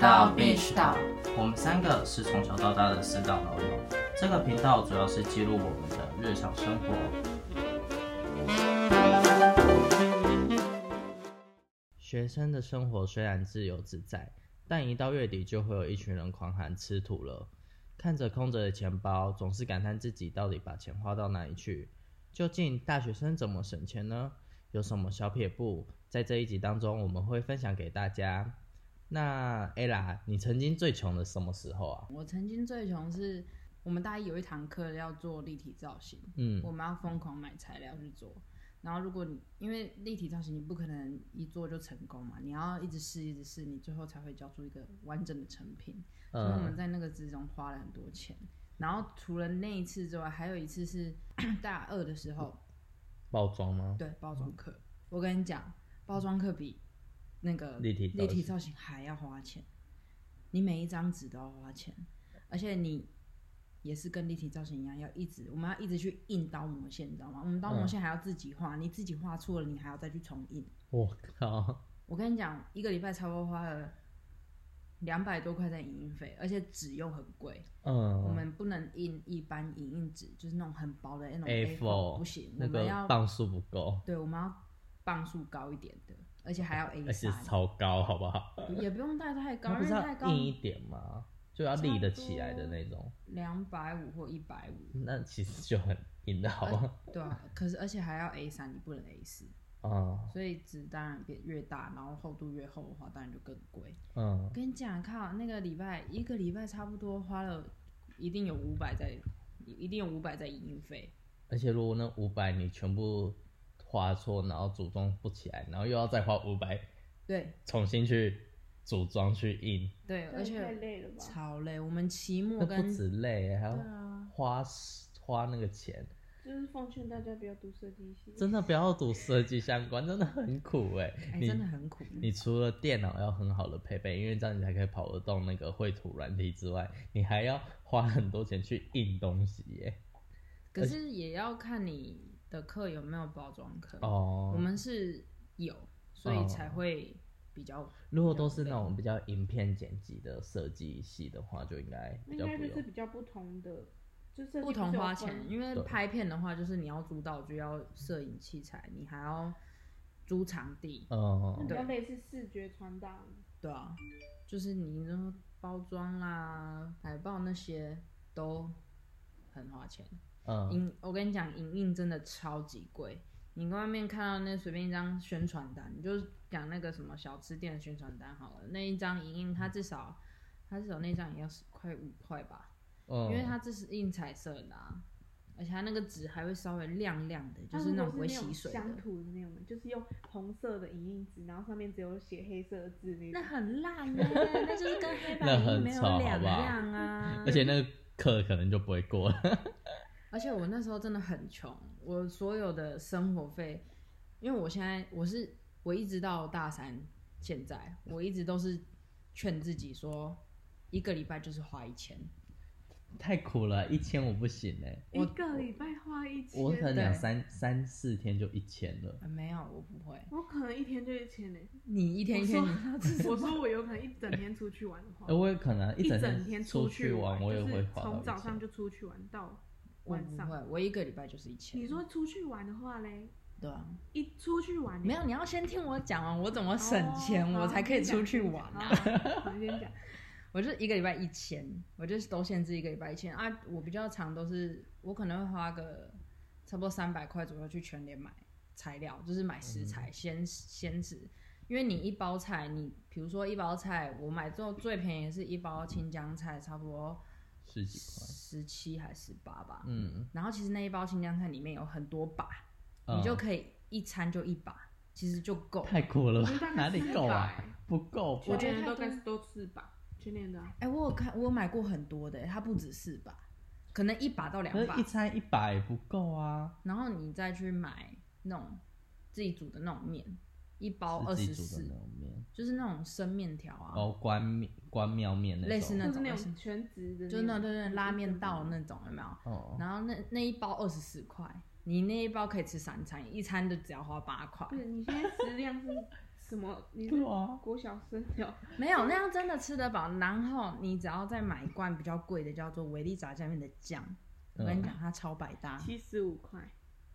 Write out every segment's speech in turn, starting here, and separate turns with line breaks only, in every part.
道，
我们三个是从小到大的死党老友，这个频道主要是记录我们的日常生活。学生的生活虽然自由自在，但一到月底就会有一群人狂喊吃土了。看着空着的钱包，总是感叹自己到底把钱花到哪里去？究竟大学生怎么省钱呢？有什么小撇步？在这一集当中，我们会分享给大家。那 ella，你曾经最穷的什么时候啊？
我曾经最穷是，我们大一有一堂课要做立体造型，
嗯
我们要疯狂买材料去做。然后如果你因为立体造型，你不可能一做就成功嘛，你要一直试，一直试，你最后才会交出一个完整的成品。所以我们
嗯
在那个之中花了很多钱。然后除了那一次之外，还有一次是 大二的时
嗯
候，
包装吗？
对包装课。我跟你讲，包装课比那个
立体造型
立体造型还要花钱，你每一张纸都要花钱，而且你也是跟立体造型一样，要一直我们要一直去印刀模线，你知道吗？我们刀
嗯
模线还要自己画，你自己画错了，你还要再去重印。
我靠，
我跟你讲，一个礼拜差不多花了两百多块在影印费，而且纸又很贵。我
嗯，
们不能印一般影印纸，就是那种很薄的那种
A4
A4 不行，
那
我们
个
要
磅数不够，
对，我们要磅数高一点的，而且还要 A
而且
三，
超高，好不好？
也不用带太高，
那
因
不
为
是
太高
要硬一点吗？就要立得起来的那种，
两百五或一百五，
那其实就很硬的，好吗？
对啊，可是而且还要 A 三，你不能 A 四，
嗯
所以纸当然变越大，然后厚度越厚的话，当然就更贵。
嗯
我，跟你讲，靠那个礼拜一个礼拜差不多花了，一定有五百在，一定有五百在影印费。
而且如果那五百你全部花错，然后组装不起来，然后又要再花五百
对
重新去组装去印，
对，而
太
且
累了吧？
超累。我们期末
那不
跟
止累，还要
对啊，
花花那个钱。
就是奉劝大家不要读设计系，
真的不要读设计相关，真的很苦哎、
哎、
你
真的很苦。
你除了电脑要很好的配备，因为这样你才可以跑得动那个绘图软体之外，你还要花很多钱去印东西耶、
可是也要看你的课有没有包装课。
哦
嗯我，们是有，所
嗯
以才会比较。
如果都是那种比较影片剪辑的设计系的话，就应该比
应
较
该
不
就是
用。
比较不同的，就设计
不同
是有
花
分啊
钱，因为
对
拍片的话，就是你要租道具，要摄影器材，你还要租场地，
比
嗯，
对
较类似视觉传达。
对啊，就是你那包装啦、海报那些都很花钱。
嗯，
影，我跟你讲，影印真的超级贵。你外面看到那随便一张宣传单，你就讲那个什么小吃店的宣传单好了，那一张影
嗯
印它至少，它至少那张也要十块五块吧，
嗯，
因为它这是印彩色的、啊，而且它那个纸还会稍微亮亮的，就是那
那
种
如
不
果
会
是那
吸
种
水
乡
的，
土的那种的，就是用红色的影印纸，然后上面只有写黑色的字
那
那种。
很烂耶、那就是跟黑
那
板影
很
印没有
丑好
两
不好
样啊
而。且那个课可能就不会过了。
而且我那时候真的很穷，我所有的生活费，因为我现在我是我一直到大三，现在我一直都是劝自己说，一个礼拜就是花一千，
太苦了，一千我不行哎、
一个礼拜花一千，
我可能两
对
三三四天就一千了。
呃没有我不会，
我可能一天就一千呢。
你一天一天
我
你
说
要自己
我说我有可能一整天出去玩的话
哎、，我也可能
一
整
整天
出
去
玩，我也
就
会
是
花到
从早
1000
上就出去玩到
我
晚
不
上。
会，我一个礼拜就是一千。
你说出去玩的话嘞，
对啊？
一出去玩
没有，你要先听我讲完，我怎么省钱，
哦
我才可以出去玩啊。
啊！你 先讲，
我就一个礼拜一千，我就是都限制一个礼拜一千啊。我比较常都是，我可能会花个差不多三百块左右去全联买材料，就是买食材、
嗯
鲜鲜食。因为你一包菜，你比如说一包菜，我买最后最便宜的是一包青江菜，差不多
十几块，
十七还十八吧。
嗯，
然后其实那一包青江菜里面有很多把，
嗯
你就可以一餐就一把，其实就够。
太苦了吧
我觉得大？概
哪里够啊
400？
不够吧
我？觉得
全年
太
都
多
该都吃吧，全年的啊。
哎、我有看，我有买过很多的，它不止四把，可能一把到两
可
把
是，一餐一百也不够啊，
然后你再去买那种自己煮的那种面，一包哦二
自己
十
煮的
四
那，种面，
就是那种生面条啊，
哦，关面关庙面那种，
类似那
就是
种，
那
类似
种全职的，
就是那种对对拉面道那种有没有？
哦，
然后那那一包二十四块，你那一包可以吃三餐，一餐就只要花八块
不。是，你现在食量是什么？你是
对啊，
国小生哦？
没有那样真的吃得饱。然后你只要再买一罐比较贵的，叫做维力炸酱面的酱，我
嗯
跟你讲，它超百搭，
七十五块，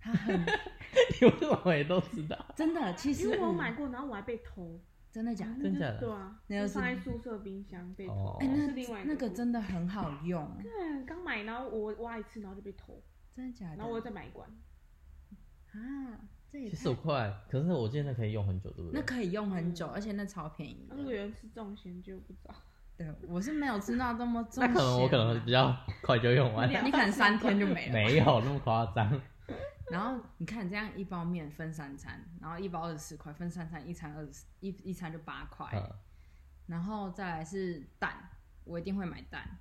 它很
你为什么也都知道？
真的。其
因
实嗯
为我买过，然后我还被偷，
真的假的？
真假的
对啊，
那又
就是放在宿舍冰箱被偷
哦，
哎、
是
那
另外一
那
个
个
故
真的很好 用，
对，啊刚买，然后我挖一次，然后就被偷，
真的假的？
然后我又再买一罐，
啊，这也
七
太
十五块，可是我记得那可以用很久，对不对？
那可以用很久，
嗯
而且那超便宜
那如果
的。
有人吃重咸就不知道，
对，我是没有吃到 那么重
那
咸啊。
可能我可能比较快就用完，
你可能三天就没了。
没有那么夸张。
然后你看这样一包面分三餐，然后一包二十四块，分三餐一餐二十一一餐就八块，
嗯
然后再来是蛋，我一定会买蛋，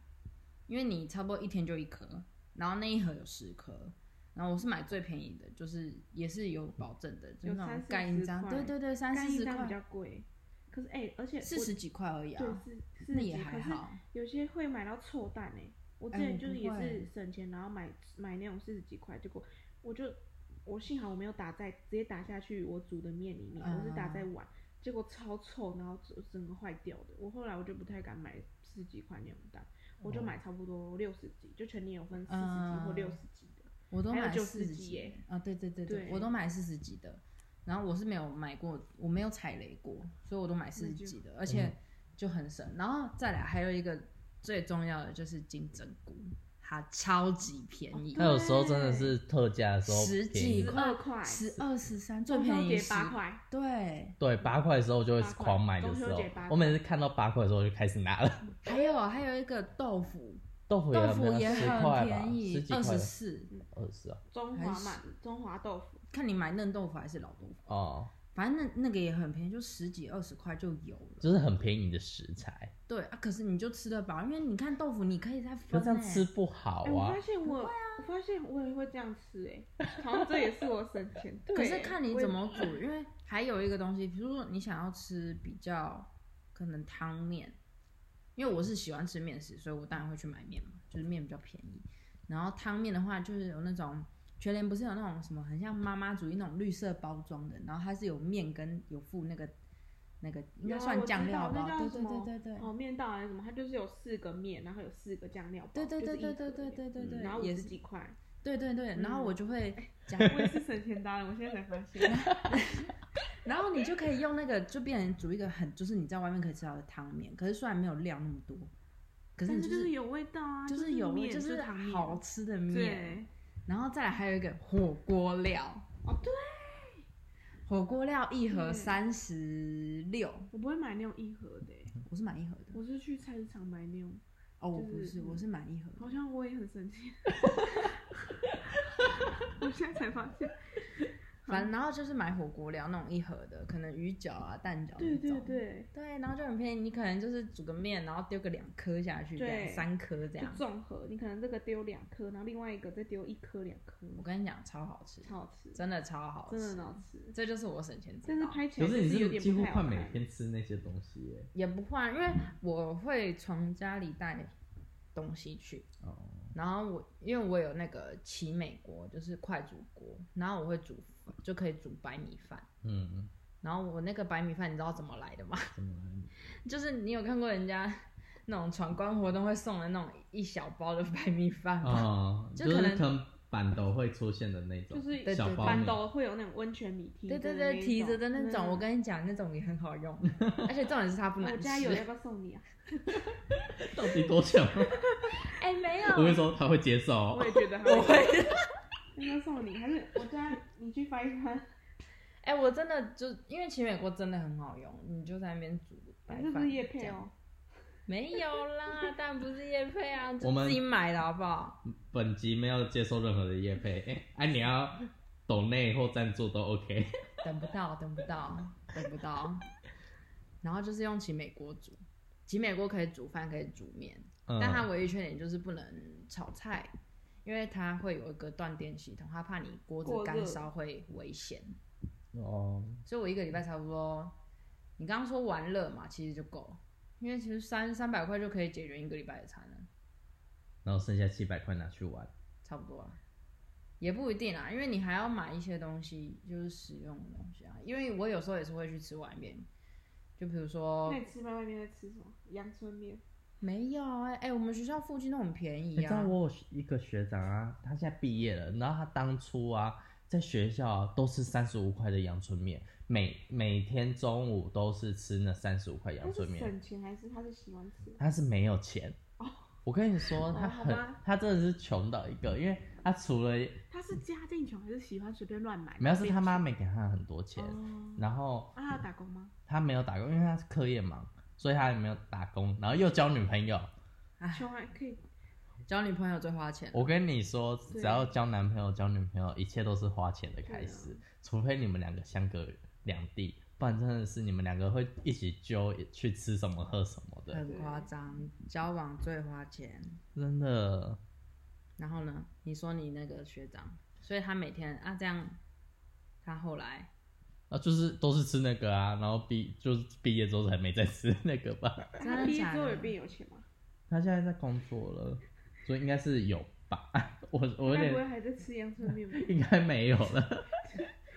因为你差不多一天就一颗，然后那一盒有十颗。然后我是买最便宜的，就是也是有保证的，就是那种
30
盖印章，
块
对对对，三
干
四
一
十
张比
块，
较贵，可是哎，而且我
四十几块而已啊，
对四四
那
十
也
几，
还
可是
好。
有些会买到臭蛋哎、我之
哎我
前就
不
是也
会
是省钱，然后买买那种四十几块，结果我就我幸好我没有打在直接打下去我煮的面里面，我是打在
嗯
碗，结果超臭，然后整整个坏掉的。我后来我就不太敢买四十几块那种蛋，我就买差不多六十几，就全年有分四十几或
哦嗯
六十几的。
我都
还有
买
90
四十几
几耶
的啊，对对对对，
对
我都买四十几的。然后我是没有买过，我没有踩雷过，所以我都买四十几的，而且就很省。然后再来还有一个最重要的就是金针菇，它超级便宜，
那有时候真的是特价的时候
十
便宜
几
哦十
块
二块
十二十三最
中秋
便宜
节
十
八，块，
对。
对，八块的时候我就会
八块
狂买的时
中秋
候
节八，块
我每次看到八块的时候我就开始拿了。
还有还有一个豆腐，
豆腐也
豆腐
很
也
啊十块
很
吧，
便
十
宜，
几
二
块吧，
十四。
二十啊，
中
还
华
是
满中华豆腐，
看你买嫩豆腐还是老豆腐，
哦，
反正那那个也很便宜，就十几二十块就有了。
就是很便宜的食材，
对啊，可是你就吃得饱，因为你看豆腐，你可以再
可
分、
这样
欸
吃不好
哎、我
啊
发。现我、我发现我也会这样吃哎、好像这也是我省钱。
可
对
是
欸
看你
我也
怎么煮，因为还有一个东西，比如说你想要吃比较可能汤面，因为我是喜欢吃面食，所以我当然会去买面嘛，就是面比较便宜。然后汤面的话，就是有那种全联不是有那种什么很像妈妈煮一那种绿色包装的，然后它是有面跟有附那个那个应该
有啊
算
我
酱
知
料
道那
吧？
叫
对
什
对对
么
对对。
哦，面道还是什么，它就是有四个面，然后有四个酱料包，
对对
就是
对对对
一盒
对
的
对对
嗯
对，
然后
也
五十
是
几块，
对对对，
嗯
然后我就会
哎
加
我也是省钱达人，我现在才 发现，
然后你就可以用那个，就变成煮一个很，就是你在外面可以吃到的汤面，可是虽然没有料那么多，可是
但
你
是
就
就是
是
有味道啊，
就是有
面，
就是是
汤面
好吃的面。
对，
然后再来还有一个火锅料，
哦对，
火锅料一盒
对
三十六，
我不会买那种一盒的欸，
我是买一盒的。
我是去菜市场买那种，
哦，我
就是
不是，我是买一盒的。
好像我也很省钱， 我现在才发现，
反正然后就是买火锅料那种一盒的，可能鱼饺啊、蛋饺那
对
种。
对对，
对，然后就很便宜，你可能就是煮个面，然后丢个两颗下去，这
对
样三颗这
就
样。
综合，你可能这个丢两颗，然后另外一个再丢一颗两颗，
我跟你讲，超好吃，
超好吃，
真的超好吃，
真的很好吃。
这就是我省钱之
但是
道。
拍起
可
来
是
就
你
有
是
点
几
不
乎
太好
快每
看
天吃那些东西耶。
也不换，因为我会从家里带东西去，
哦，
然后我因为我有那个奇美锅，就是快煮锅，然后我会煮饭就可以煮白米饭。
嗯，
然后我那个白米饭你知道怎么来的吗？
怎么来？
就是你有看过人家 那种闯关活动会送的那种一小包的白米
啊
饭吗？
哦，
就
就是
可能
可能板豆会出现的那种，
就是
小
对
包
板
面
豆会有那种温泉米提
对
着
对
的那一种，
对，提着的那种，
嗯
我跟你讲，那种也很好用，而且重点是它不难
哎我
吃。
家有要不要送你 啊？
到底多想？
哎、没
我会
有，
说他会接受
我
哦，
也觉得
我会。
要不要送你，还是我家你去翻一翻，
哎、我真的就因为奇美锅真的很好用，你就在那边煮白
还
饭。
是不是叶配
这样
哦？
没有啦，但不是叶配啊，就
我们
自己买的好不好？
本集没有接受任何的业配， 哎、啊，你要抖内或赞助都 OK。
等不到，等不到，等不到。然后就是用奇美锅煮，奇美锅可以煮饭，可以煮面，
嗯
但它唯一缺点就是不能炒菜，因为它会有一个断电系统，它怕你锅子
过热
干烧会危险。
哦，
所以我一个礼拜差不多，你刚刚说玩乐嘛，其实就够了，因为其实三三百块就可以解决一个礼拜的餐了，
然后剩下七百块拿去玩，
差不多了。啊也不一定啦，因为你还要买一些东西，就是使用的东西啊。因为我有时候也是会去吃外面，就比如说
那你吃饭外面在吃什么？哦阳春面。
没有啊，哎、我们学校附近都很便
你
宜
知道
啊。
哎我有一个学长啊，他现在毕业了，然后他当初啊，在学校、啊、都吃三十五块的阳春面，每每天中午都是吃那三十五块
他
阳
是
春面，
省钱还是他是喜欢吃？
他是没有钱。我跟你说，
哦
他
好
很
吧，
他真的是穷到一个，因为他除了
他是家境穷还是喜欢随便乱买？
没有是他妈没给他很多钱，
哦
然后
啊，他有打工 吗？
他没有打工，因为他是课业忙，所以他也没有打工，然后又交女朋友。
哎，
穷还可以，
交女朋友最花钱。
我跟你说，
对
只要交男朋友、交女朋友，一切都是花钱的开
对
始，除非你们两个相隔两地，不然真的是你们两个会一起揪去吃什么、喝什么的，
嗯
很夸张，交往最花钱。
真的。
然后呢？你说你那个学长，所以他每天啊这样，他后来
啊，就是都是吃那个啊，然后毕就是毕业之后才没再吃那个 吧。
真的
他毕业
假
之后
的
有变有钱吗？
他现在在工作了，所以应该是有吧。 我我有
该不会
点
还在吃阳春面吧？
应该没有了。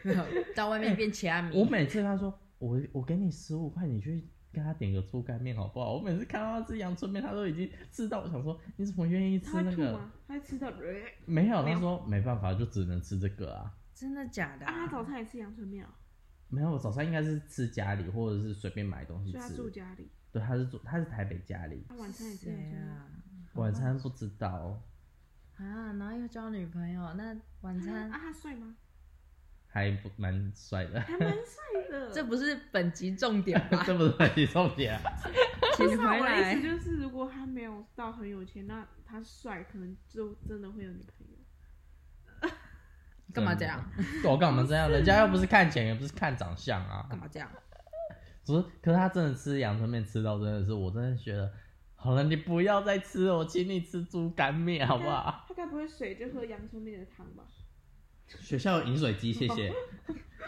没有 到外面变其他迷。
哎我每次他说我我给你十五块，你去跟他点个猪肝面好不好？我每次看到他吃阳春面，他都已经吃到，我想说你怎么愿意吃
他
那
会吐
个？
吗？他会吃到？啊，
没有，
没有
他说没办法，就只能吃这个啊。
真的假的、
啊他早餐也吃阳春面啊，
没有，我早上应该是吃家里，或者是随便买东西
所以他住
吃。
家里，哦
对，他是住，他是台北家里，
他晚餐也吃阳春
谁
面。
啊？
晚
哦
餐不知道，
啊，然后又交女朋友，那晚餐
啊，他帅吗？
还不蛮帅 的。
还蛮帅 的。
这不是本集重点 吧？
这不是很重点啊！
请
不是啊
回
我的意思
来。
就是，如果他没有到很有钱，那他帅可能就真的会有女朋友。
干嘛这样？
对我干嘛这样？人家又不是看钱，也不是看长相啊。
干嘛这样？
只是，可是他真的吃阳春面吃到真的是，我真的觉得，好了，你不要再吃了，我请你吃猪肝面好不好？
他他该不会水就喝阳春面的汤吧？
学校有饮水机，谢 谢。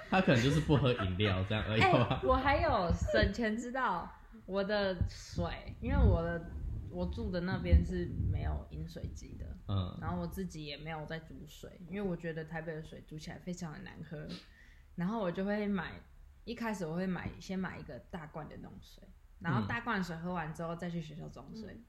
他可能就是不喝饮料这样而已
哎、
吧。
我还有省钱之道，我的水，因为我的我住的那边是没有饮水机的，
嗯，
然后我自己也没有在煮水，因为我觉得台北的水煮起来非常的难喝，然后我就会买，一开始我会买先买一个大罐的那种水，然后
嗯
大罐水喝完之后再去学校装水，
嗯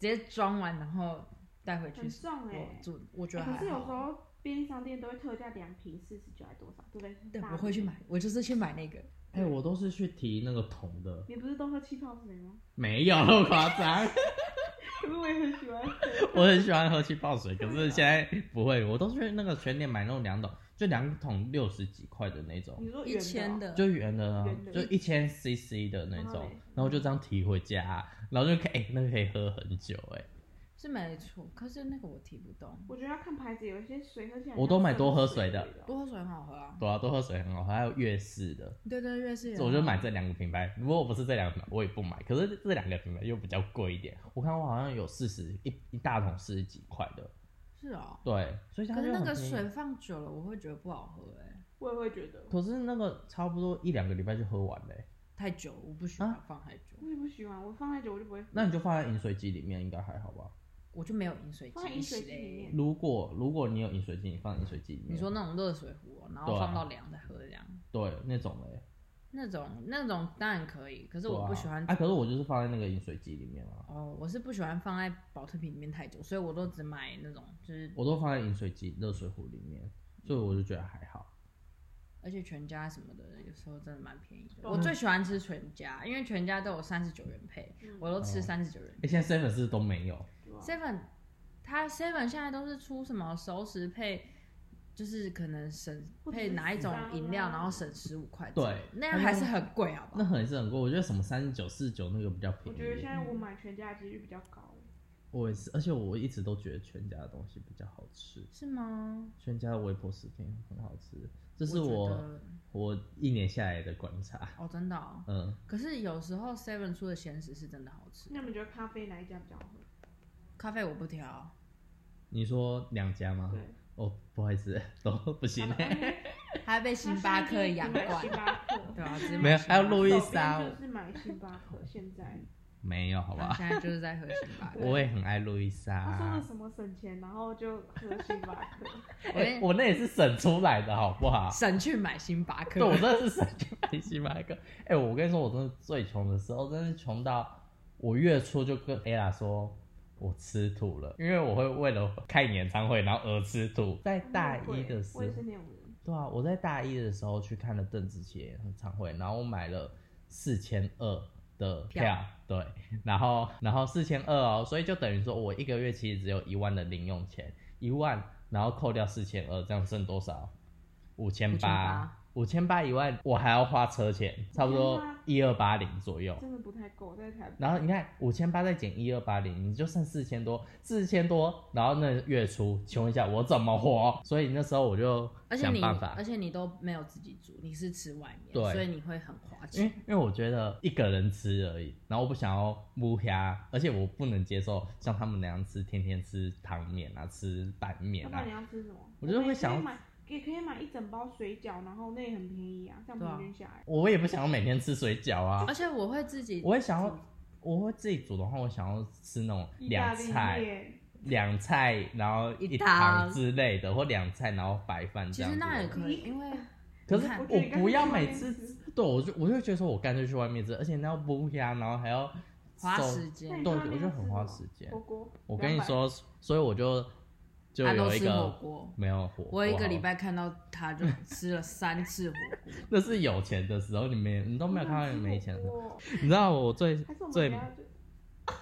直接装完然后带回去
很重哎、
我煮，我觉
欸
得
可
还
是有时
好。
候便利商店都会特价两瓶四十九还多少，对不对？
对，
大
我会去
瓶
买，。我就是去买那个，
哎、我都是去提那个桶的，
你不是都喝气泡水吗？
没有那么夸张。
可是我也很喜欢喝。
我很喜欢喝气泡水，可是现在不会，我都去那个全年买那种两桶，就两桶六十几块的那种。
你说
一千
的哦，
嗯
的，
就圆的哦啊
圆的，
就一千 CC 的那
然后
种
嘞，
然后就这样提回家、然后就可以、哎那个可以喝很久哎、
是没错。可是那个我提不动，
我觉得要看牌子，有一些水喝起来
我都买多喝水
像
的
味道
不喝水很好喝啊。
对啊，多喝水很好，还有悦氏的，
对对，啊越是
所以我就买这两个品牌。如果我不是这两个品牌，我也不买。可是这两个品牌又比较贵一点，我看我好像有四十一一大桶四十几块的，
是哦。
对，所以它
可是
就
那
很
个
便宜
水，放久了，我会觉得不好喝哎、
我也会觉得，
可是那个差不多一两个礼拜就喝完欸嘞、
太久，我不喜欢
啊
放太久，
我也不喜欢，我放太久我就不会。
那你就放在饮水机里面，应该还好吧？
我就没有饮水
放在
机
饮水
洗
机里
嘞。
面
如果如果你有饮水机，你放饮水机里面，
你说那种热水壶哦、然
对
后
啊
放到凉再喝这样，
对那种嘞、
那种那种当然可以，可是
对
我不喜欢
啊。啊可是我就是放在那个饮水机里面啊，
哦，我是不喜欢放在保特瓶里面太久，所以我都只买那种就是，
我都放在饮水机热水壶里面，所以我就觉得还好。
而且全家什么的有时候真的蛮便宜的。
嗯
对
我最喜欢吃全家，因为全家都有三十九元配，
嗯
我都吃
哦
三十九元
哎、现在 seven 是都没有，
对啊
Seven，它 Seven 现在都是出什么熟食配，就是可能省
或者是
配哪一种饮料，
十八
然后省十五块钱，
对
那样还是很贵，好不
那
好？
很是很贵。我觉得什么三十九、四十九那个比较
我
便
觉得现
宜。
在我买全家的几率比较高。
我也是，而且我一直都觉得全家的东西比较好吃，
是吗？
全家的微波食品很好吃，这是
我
我
觉得
我一年下来的观察。
哦，真的、哦。
嗯，
可是有时候 Seven 出的咸食是真的好吃，
那你们觉得咖啡哪一家比较好喝？
咖啡我不挑，
你说两家吗？
对，
哦，不好意思，都不行、欸
还被星巴克养
那
惯
现在就是只
对啊，只
买星，巴克。
买
没有
星巴克
还有路易
手边
莎
就是买星巴克。现在
哦没有，好
他
吧？。
现在就是在核心吧
我也很爱路易
他说
莎啊
了，什么省钱，然后就喝星巴克。
我跟你
哎我那也是省出来的，好不好？
省去买星巴克，
对我真的是省去买星巴克。哎、我跟你说，我真的最穷的时候，真是穷到我月初就跟 ella 说。我吃土了，因为我会为了看演唱会，然后而吃土。在 大一的时
我
候
也，是那种人，
对啊，我在大一的时候去看了邓紫棋的演唱会，然后我买了四千二的票，
票
对，然后然后四千二哦，所以就等于说我一个月其实只有一万的零用钱，一万，然后扣掉四千二，这样剩多少？五千八，五千八以外，我还要花车钱，差不多一二八零左右。
真的不太够，在台北。
然后你看五千八再减一二八零，你就剩四千多，四千多，然后那月初，请问一下我怎么活？所以那时候我就
而且
想
你
办法，
而且你都没有自己煮，你是吃外面，
对
所以你会很花
因为
钱。
因为我觉得一个人吃而已，然后我不想要乌虾，而且我不能接受像他们那样吃，天天吃汤面啊，吃拌面
要不
啊
然你。要吃什么？
我觉得会想要
可以买，也可以买一整包水饺，然后那也很便宜啊，这样
对啊
平均下来。
我也不想要每天吃水饺啊
而，且我会自己，
我会想要，我会自己煮的话，我想要吃那种
意大
两
利
菜
面
两菜，然后
一
一
汤
汤之类的，或两菜然后白饭这
其
样
实
子的。
那也可以，因为
可是
你看
我
我觉得
不要
干
每
脆去外面
次
吃，
对我就我就觉得说我干脆去外面吃，而且那要剥虾，然后还要
花
收
时
那
间
你
对
知道那
我
要
就很
吃
花
什么
时间
火锅，
我跟你
200，
说，所以我就就
他都
有一
吃火
个
锅。
没有火锅，
我有一个礼拜看到他就吃了三次火锅，
那是有钱的时候，你没你都
都
没有看到你没钱的时候，
的。
你知道我最
还是我们
最
不要就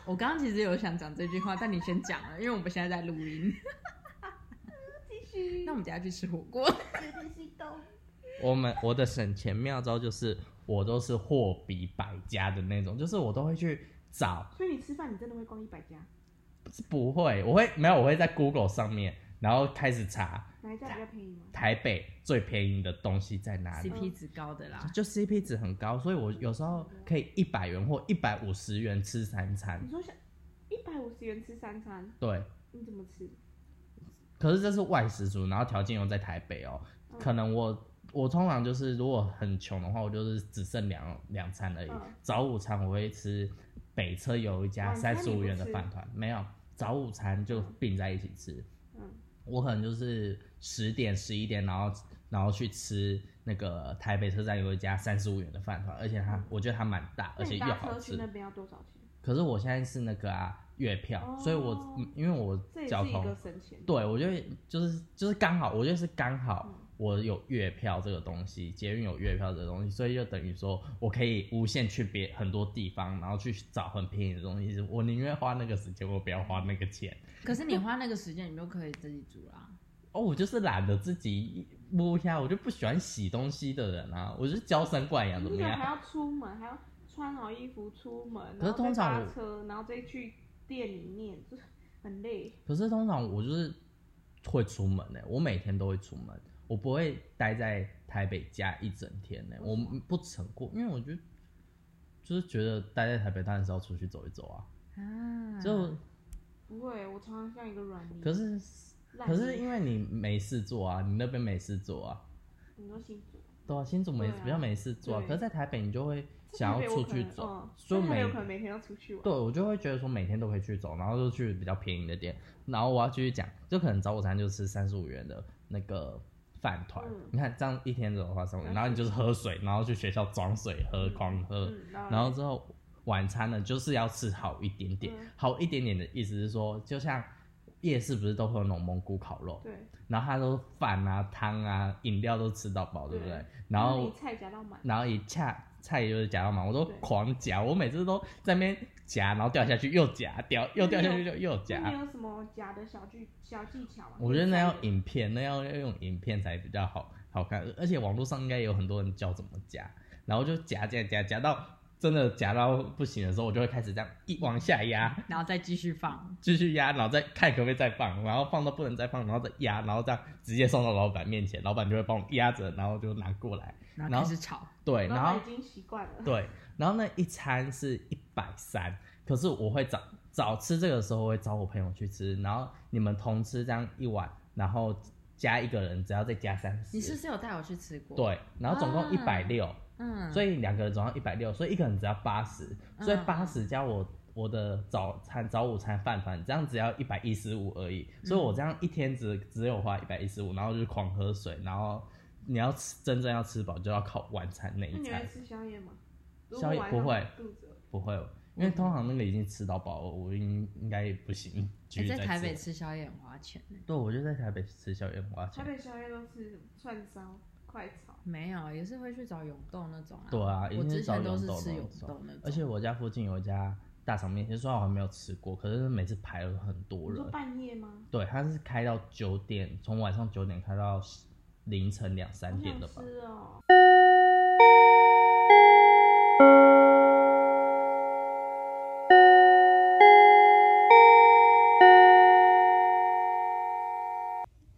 我刚刚其实有想讲这句话，但你先讲了，因为我们现在在录音。
继 续
那我们等一下去吃火 锅。
有点激动。
我们我的省钱妙招就是我都是货比百家的那种，就是我都会去找，
所以你吃饭，你真的会逛一百家？
不是不会，我会没有我会在 Google 上面，然后开始查
哪一家比较便宜吗？
台北最便宜的东西在哪里。
CP 值高的啦，
就 CP 值很高，所以我有时候可以一百元或一百五十元吃三餐
你。说想一百五十元吃三餐，
对，
你怎么吃？
可是这是外食族，然后条件又在台北哦、
嗯
可能我我通常就是如果很穷的话，我就是只剩两两餐而已。
嗯
早午餐我会吃北车有一家
晚餐
三
你不
十五元的
吃
饭团，没有早午餐就并在一起吃。
嗯，
我可能就是十点十一点，然后然后去吃那个台北车站有一家三十五元的饭团，而且它我觉得它蛮大，而
嗯那
且
你
又
搭
好
车
吃
去。那边要多少钱？
可是我现在是那个啊月票，所以我
哦
嗯因为我
这也
交
是一
通
个省钱。
对，我觉得就是就是刚好，我觉得是刚好
嗯
我有月票这个东西，捷运有月票这个东西，所以就等于说我可以无限去别很多地方，然后去找很便宜的东西。我宁愿花那个时间，我不要花那个钱。
可是你花那个时间，你都可以自己煮啦。
哦，我就是懒得自己摸一下，我就不喜欢洗东西的人啊，我就是娇生惯养，怎
你
么
想还
样？
要出门，还要穿好衣服出门，
啊可是
然后再
通常
搭
我
车，然后再去店里面，就是很累。
可是通常我就是会出门呢、我每天都会出门，我不会待在台北家一整天呢、我
为什么
不曾过，因为我觉得就是觉得待在台北当然是要出去走一走啊，
啊，
嗯
就
不会，我常常像一个软泥。
可是
烂泥
可是因为你没事做啊，你那边没事做啊，
你说新竹，
对啊，新竹没、
对啊
比较没事做啊，
对
可是在台北你就会想要出去走，所
所
以
以
每
有可能每天要出去玩。
对，我就会觉得说每天都可以去走，然后就去比较便宜的店。然后我要继续讲，就可能早午餐就吃三十五元的那个饭团，
嗯
你看这样一天只有花三五元，
嗯
然后你就是喝水，然后去学校装水喝，
嗯
狂喝，
嗯，然后
然后之后晚餐呢就是要吃好一点点，
嗯
好一点点的意思是说，就像夜市不是都会有那种蒙古烤肉，
对，
然后它都饭啊汤啊饮料都吃到饱，对不对？
对
然后
你菜夹到满，
然后一恰菜就是夹到满，我都
对
狂夹，我每次都在那边夹，然后掉下去又夹，掉又掉下去就又
那你
夹。
有什么夹的小技小技巧啊吗？
我觉得那要
可以
影片，那要要用影片才比较好好看，而且网络上应该也有很多人教怎么夹，然后就夹夹夹夹到真的夹到不行的时候，我就会开始这样一往下压，
然后再继续放，
继续压，然后再看可不可以再放，然后放到不能再放，然后再压，然后这样直接送到老板面前，老板就会帮我压着，然后就拿过来。
然
然
后
后
开始炒。
对，
放
然
老
后
板已经习惯了。
对，然后那一餐是一百三，可是我会早早吃这个时候我会找我朋友去吃，然后你们同吃这样一碗，然后加一个人只要再加三十，
你是不是有带我去吃过？，
对，然后总共一百六，
嗯，
所以两个人总要一百六，所以一个人只要八十，所以
嗯
八十加我我的早餐、早午餐、饭团，这样只要一百一十五而已。所
嗯
以我这样一天只只有花一百一十五，然后就是狂喝水，然后你要吃真正要吃饱，就要靠晚餐那
那
一
你会
餐。
吃宵夜吗？
宵夜
如果晚
不
上
会
肚子饿
不会，因为通常那个已经吃到饱了，我应应该不行。继
哎
续
在
再
台北
吃，
吃宵夜很花钱呢。
对，我就在台北吃宵夜花
台
钱。
北宵夜都吃什么串烧、快炒，
没有，也是会去找永豆那种啊。
对啊一
我
定是
之前
找
都是
永豆
吃
那
永
种
豆那种，
而且我家附近有一家大肠面线，虽然我还没有吃过，可是每次排了很多人
你说。半夜吗？
对，它是开到九点，从晚上九点开到凌晨两
好
三点
想
的吧。
吃哦。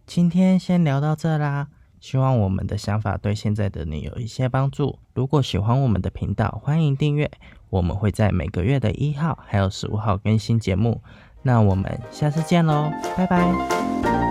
今天先聊到这啦，希望我们的想法对现在的你有一些帮助。如果喜欢我们的频道，欢迎订阅，我们会在每个月的一号还有十五号更新节目。那我们下次见喽，拜拜。
拜拜。